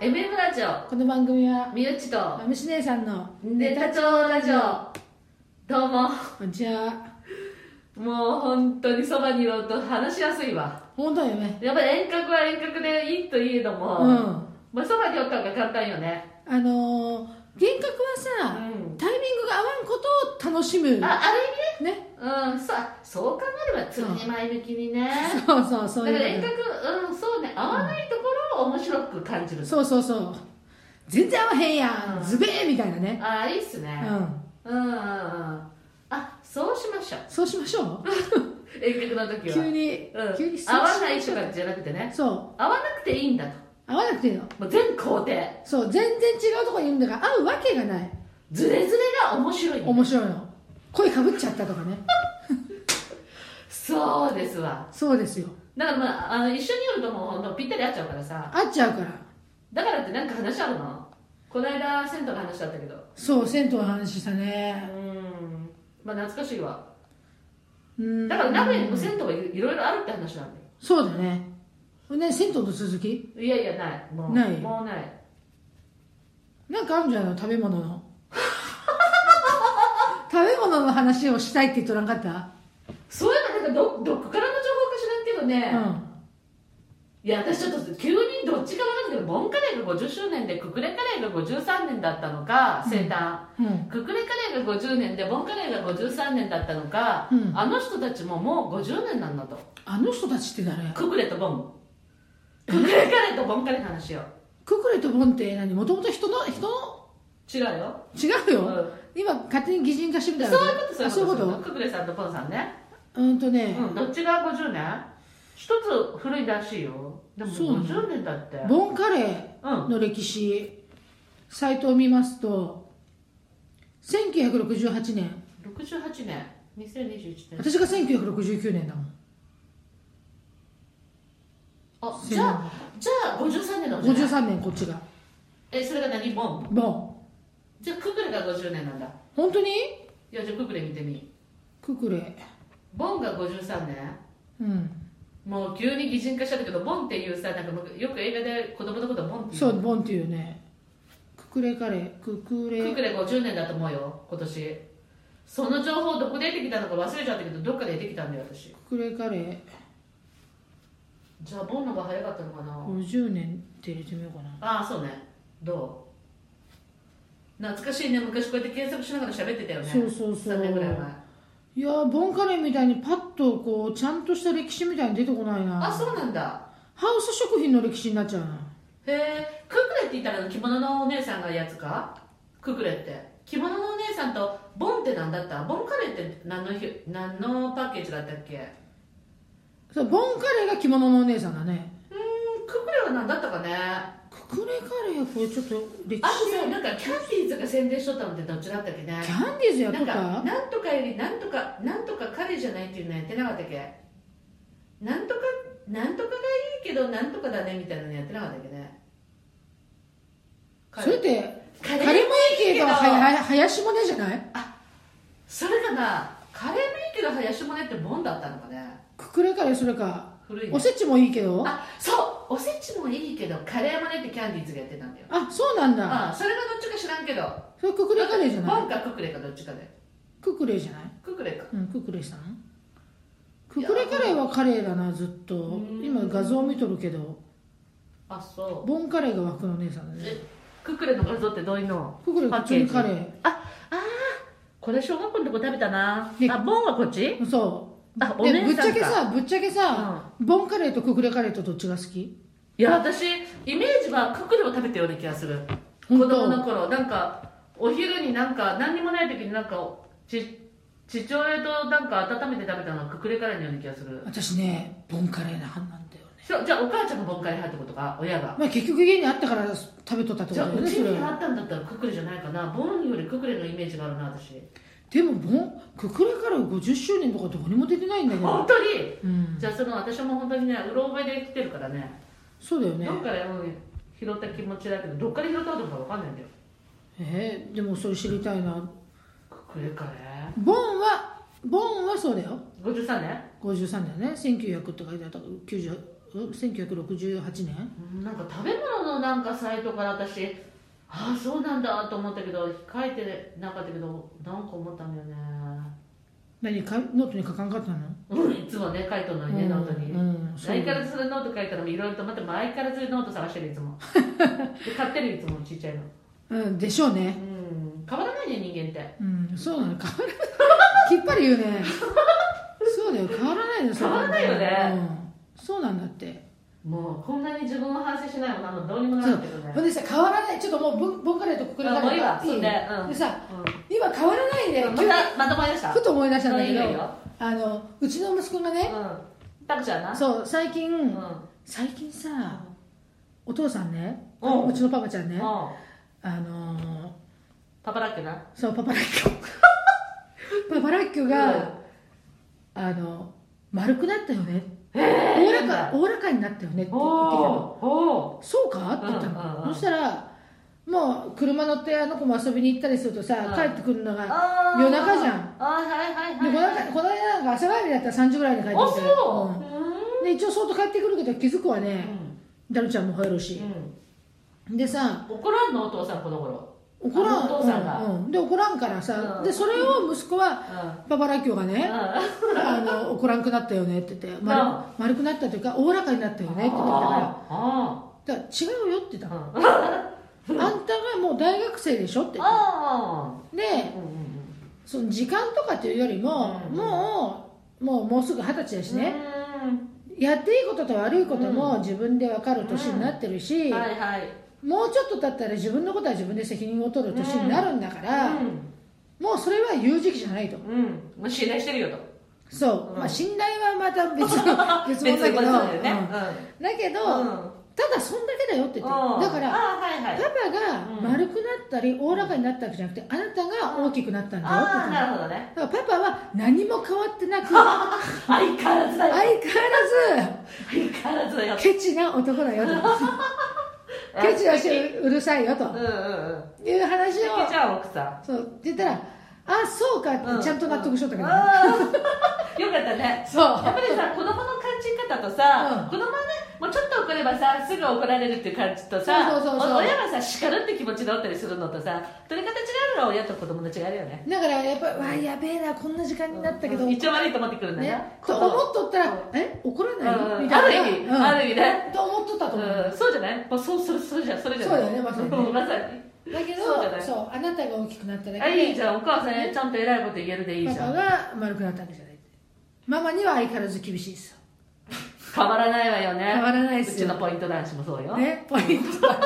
エベルラジオこの番組はみゆっちとまむし姉さんのネタ帳ラジオどうもこんにちはもう本当にそばにいろと話しやすいわ本当だよねやっぱり遠隔は遠隔でいいといえども、うんまあ、そばにおった方が簡単よねあのー幻覚うはさ、んタイミングが合わんことを楽しむああるね意味ねうんさそう考えれば常に前向きにねそうそうだそかうらいう遠こ隔うんそうね合わないところを面白く感じるとそうそうそう全然合わへんやうんんズベーみたいなねああいいっすうねんうんうんうんあそうしましょうそうしましょう遠隔の時は急にうん急に合わないとかかじゃなくてねそう合わなくていいんだと合わなくていいのもう全工程そう全然違うところにいるんだから合うわけがないズレズレが面白い面白いの声かぶっちゃったとかねそうですわそうですよだからまああの一緒にいるともうほんとぴったり合っちゃうからさ合っちゃうからだからってなんか話あるのこの間銭湯の話だったけどそう銭湯の話したうーねんまあ懐かしいわうんだから鍋にも銭湯がいろいろあるって話なんだよそうだねね銭湯と続きいやいやないもうないもうないなんかあるんじゃないの食べ物 の食べ物の話をしたいって言っとらんかった、そういうのなんかどどこからの情報か知らんけどね、うんいや私ちょっと急にどっちかわかんないけどボンカレーが50周年でククレカレーが53年だったのか生誕、うんククレカレーが50年でボンカレーが53年だったのか、うんあの人たちももう50年なんだとあの人たちって誰ククレとボンククレカレーとボンカレーの話よククレとボンって何もともと人の人の違うよ、違ううんよ、今勝手に擬人化してみでたそうねいうことあそういうことそういうこククレさんとボンさんね、とうんとね、うん、どっちが50年一つ古いらしいよでもそうなの50年だってうボンカレーんの歴史サイトを見ますと1968年68年2021年私が1969年だもんあじゃあじゃあ53年だもんじゃない53年こっちがえそれが何ボンもじゃあククレが50年なんだう本当にいやじゃあククレ見てみククレボンが53年うんもう急に擬人化しちゃったけどボンっていうさなんか僕よく映画で子供のことボンって言そううボンっていうねククレカレークククレクレ50年だと思うよ今年その情報どこで出てきたのか忘れちゃったけどどっかで出てきたんだよ私ククレカレーじゃあボンの方が早かったのかな、 50年って入れてみようかなああそうねどう懐かしいね昔こうやって検索しながら喋ってたよねそうそうそう3年ぐらい前いやーボンカレーみたいにパッとこうちゃんとした歴史みたいに出てこないなあそうなんだハウス食品の歴史になっちゃうなへえククレって言ったら着物のお姉さんがやつかククレって着物のお姉さんとボンって何だったボンカレーって何のひ何のパッケージだったっけうーそうボンカレーが着物のお姉さんだねんククレは何だったかねあククレカレーこれちょっと歴と史さなんかキャンディーズが宣伝しとったのってどっちだったっけねキャンディーズやっなんとっかたなんとかよりなんとかなんとかカレーじゃないっていうのやってなかったっけなんとかなんとかがいいけどなんとかだねみたいなのやってなかったっけねカそレれーってカカレレーーもいいけどもいいけどはやは林もねじゃないそれかなカレーもいいけど林もねってボンだったのかねくくれカレーそれか古いねおせちもいいけどああそうおせちもいいけどカレーもねってキャンディーズがやってたんだよそうなんだあそれがどっちか知らんけどそれくくれカレーじゃなボいンかククレかどっちかでくくれじゃないククレかうんくくれさんくくれカレーはカレーだなずっとうん今画像見とるけどあそボンカレーが枠の姉さんうだねえククレの画像ってどういうのくくれパ普ッケ通ージにカレーこれ小学校のとこ食べたなねあボンはこっちそうあおで姉さんかぶっちゃけさぶっちゃけさボンカレーとくくれカレーとどっちが好きいや私イメージはククレを食べたような気がする子本当供の頃なんかお昼になんか何にもない時になんかち父親となんか温めて食べたのがククレカレーのような気がする私ねボンカレーな派なんだよねそうじゃあお母ちゃんがボンカレー派ってことか親がまあ結局家にあったから食べとったってじこゃとだよあうねちそれにはあったんだったらククレじゃないかなボンよりククレのイメージがあるな私でもボンククレカレー50周年とかどこにも出てないんだけど本当にうんじゃあその私も本当にねうろ覚えで来てるからねそうだよねどっからうん拾った気持ちだけどどっから拾ったのか分かんないんだよえーでもそれ知りたいなククレカレーボンはボンはそうだよ53年53だよね1900って書いてあったから90う1968年うんなんか食べ物のなんかサイトから私ああそうなんだと思ったけど書いてなかったけどなんか思ったんだよね何かノートに書かんかったのうんいつもね書いとるのにね、うんノートに、うんそう相変わらずそれノート書いたらいろいろとまた相変わらずノート探してるい つもで買ってるいつもちっちゃいのうんでしょうねうん変わらないね人間ってうんそうなの変わらないきっぱり言うねそうだよ変わらないの変わらないよね、うん、そうなんだってもうこんなに自分を反省しないもんなんのどうにもならんけどねほんでさ変わらないちょっともうボンボンカレーとくくれたあもういいわそうねうんでさうん今変わらないで、またまた思い出したふと思い出したんだいけいよどいいよあのうちの息子がね、うんタクちゃんなそう最近、うん最近さお父さんね、ううんちのパパちゃんね、うんあのーパパラッキョなそうパパラッキョ パパラッキョが、あの丸くなったよねえおおえらかおおらかになったよねって言ってきたおのおおおそうかって言ったうんうんの、うんそしたらもう車乗ってあの子も遊びに行ったりするとさ、うん帰ってくるのがあー夜中じゃんあーはいはいでこのはい間この間なんか朝帰りだったら3時ぐらいに帰っておきてそううんで一応相当帰ってくるけど気づくわうね、んダルちゃんも帰るしう、んでさ怒らんのお父さんこの頃怒らんあのお父さんがうんうんで怒らんからさ、うんでそれを息子はうパパラッキョがんね、あの怒らんくなったよねって言って丸,、うん丸くなったというかおおらかになったよねって言ってたかあらだから違うよって言っーたの、ああんたがもう大学生でしょってー言ってあでーうんうんその時間とかというよりも、うんもうもうもうすぐ二十歳だしうんね、やっていいことと悪いことも自分で分かる年になってるうし、んはいはいもうちょっと経ったら自分のことは自分で責任を取る年になるんだから、うもうそれは言う時期じゃないとんうんもう信頼してるよとそう、うんまあ信頼はま た別の別物だけど物だよねうんだけど、うんただそんだけだよって言ってうんるだからあーはいはパいパが丸くなったりおおらかになったわけじゃなくてあなたが大きくなったんだよって言ったああのなるほどねだからパパは何も変わってな く相変わらずだ相よ変わ相変わらずだよらずケチな男だよ とケチだしうるさいようんとうんうんいう話ケチをゃん奥さんそうって言ったらあそうかってちゃんと納得しとったけど、うんうんよかったねそうやっぱりさ子供の感じ方とさ、う子供はねもうちょっと怒ればさすぐ怒られるっていう感じとさそうそうそうそうお親はさ叱るって気持ちでおったりするのとさ取り方違うのが親と子供の違いだよねだからやっぱわあやべえなこんな時間になったけど、うん一応悪いと思ってくるんだねね、と思っとったら、うんえ怒らうんない、みあたるいな意味、うんある意味ね、と思っとったと思う、うん、そうじゃないもうそうそうそうじゃんそれじゃないそうだよねまさにねうんまさにだけどそうそじゃうなあいなたが大きくなっただあけいでいじゃんお母さんちゃんと偉いこと言えるでいいパじゃパんが丸くなったわけじゃないママには相変わらず厳しいですよ変わらないわよね変わらないっすようちのポイント男子もそうよ、ねポイントだし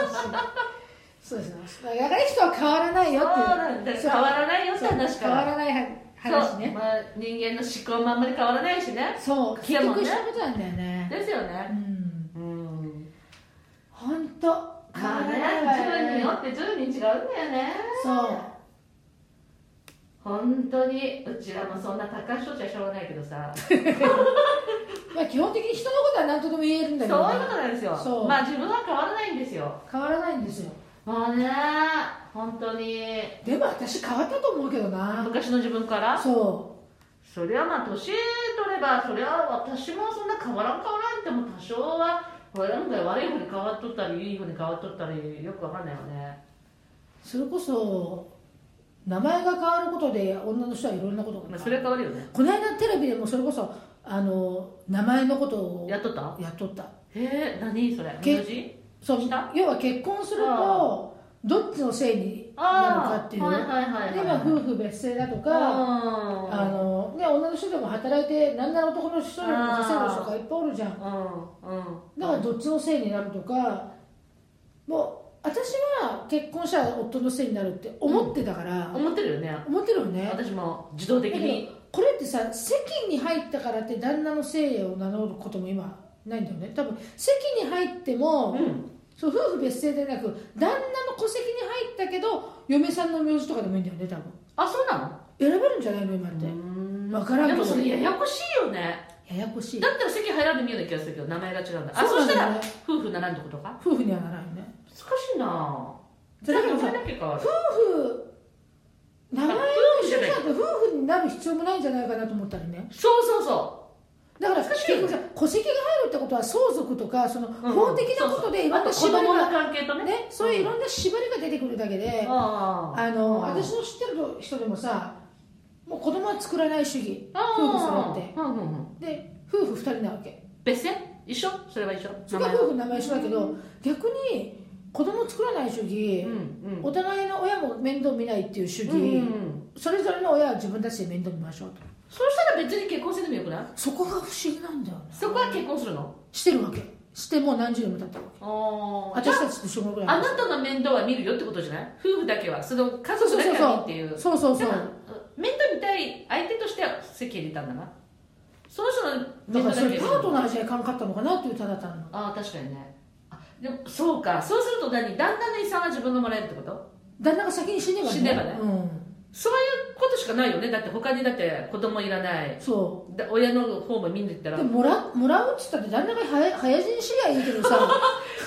そうですね若い人は変わらないよそうっていうなんだよ変わらないよって話か変わららない話ねまあ、人間の思考もあんまり変わらないしねそう癖結もね局したことなんだよねですようねんうん本当変わまあらねないわよ自分にねよって自分に違うんだよねそう本当にうちらもそんな高い人じゃしょうがないけどさそういうまあ基本的に人のことは何とでも言えるんだことけどねなんですよそうまあ自分は変わらないんですよ変わらないんですよまあね本当にでも私変わったと思うけどな昔の自分からそそりゃまあ年取ればそりゃ私もそんな変わらん変わらんっても多少はなんか悪い方に変わっとったりいい方に変わっとったりよくわかんないよねうそれこそ名前が変わることで女の人はいろんなことがまあそれは変わるよねこの間テレビでもそれこそあの名前のことをやっとったやっとったえー、何それけ名字そうした要は結婚するあとどっちのせいになるああかっていう、はいはいはいはいでまあ夫婦別姓だとか、あかのね、女の人でも働いてなんなら男の人よりも稼ぐ人とかいっぱいおるじゃんうんうんだからどっちのせいになるとかもう私は結婚したら夫のせいになるって思ってたから、思ってるよね思ってるよね私も自動的にだけどこれってさ籍に入ったからって旦那の姓を名乗ることも今ないんだよね多分籍に入っても、うんそう夫婦別姓でなく旦那の戸籍に入ったけど嫁さんの名字とかでもいいんだよね多分あそうなの選べるんじゃないの今って、んわからんでけどもそれややこしいよねややこしいだったら席入らんでもいいような気がするけど名前が違うんだあそそうなんだしたよらね夫婦ならんってことか夫婦にはならないよね難しいなぁだからそされだけ変わる夫婦名前を一緒になって夫婦になる必要もないんじゃないかなと思ったりねそうそうそだから難し結いよ局ねさ戸籍が入るってことは相続とかそのうん法的なことでいあろんとな子縛り供のが、関係とねね、そういういんろんな縛りが出てくるだけで、あーあのうん私の知ってる人でもさもう子供は作らない主義あー夫婦揃ってうんうんうんで夫婦2人なわけ別姓一緒それは一緒それは夫婦の名前一緒だけど逆に子供作らない主義名前、うんお互いの親も面倒見ないっていう主義、うんうんそれぞれの親は自分たちで面倒見ましょうとそうしたら別に結婚してでもよくないそこが不思議なんだよねそこは結婚するのしてるわけしてもう何十年も経ったわけああじゃ私たちと小学ぐらいああなたの面倒は見るよってことじゃない夫婦だけはその家族だけは見っていうそうそうそだからう面倒見たい相手としては席入れたんだなその人のだ面から倒そだれけパはートナーじゃいかんかったのかなっていうただ単のああ確かにねあでもそうかそうすると何旦那の遺産は自分がもらえるってこと旦那が先に死ねばね死ねばねうん、そういうことしかないよねだって他にだって子供いらないそうだ親の方も見に行ったらでももらもらうっつったって旦那が早早死にしりゃいいけどさ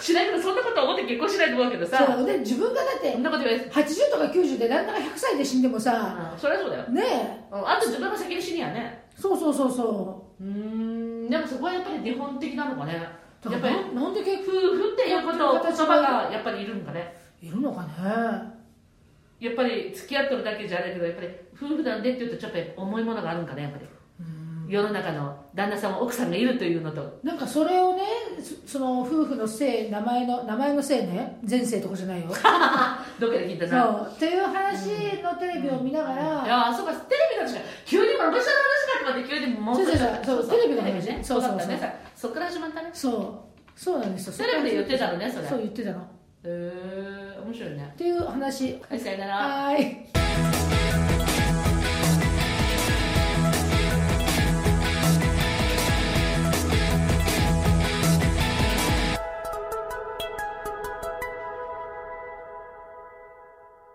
しないけどそんなこと思って結婚しないと思うけど さそうで自分がだってそんなこと言われて80とか90で旦那が100歳で死んでもさあそりゃそうだよねえうんあと自分が先に死にはねそうそうそうそうーんでもそこはやっぱり日本的なのかねやうっぱりななんで夫結婦っていうこと言葉がやっぱりいるんかねいるのかねやっぱり付き合ってるだけじゃないけどやっぱり夫婦なんでっていうとちょっとやっぱ重いものがあるんかねやっぱりうん世の中の旦那さんも奥さんがいるというのとなんかそれをねそその夫婦のせい名前の名前のせいね前世とかじゃないよそどっかで聞いたなうっていう話のテレビを見ながら、いやあそうかテレビの話が急にまぶしの話かと思って急にもそうそうそうそうテレビの話ねそそううそうそうだったねさそっから始まったねそうそうなんですよテレビで言ってたのねそれそう言ってたのっへえ面白いねていう話はいさよならはーい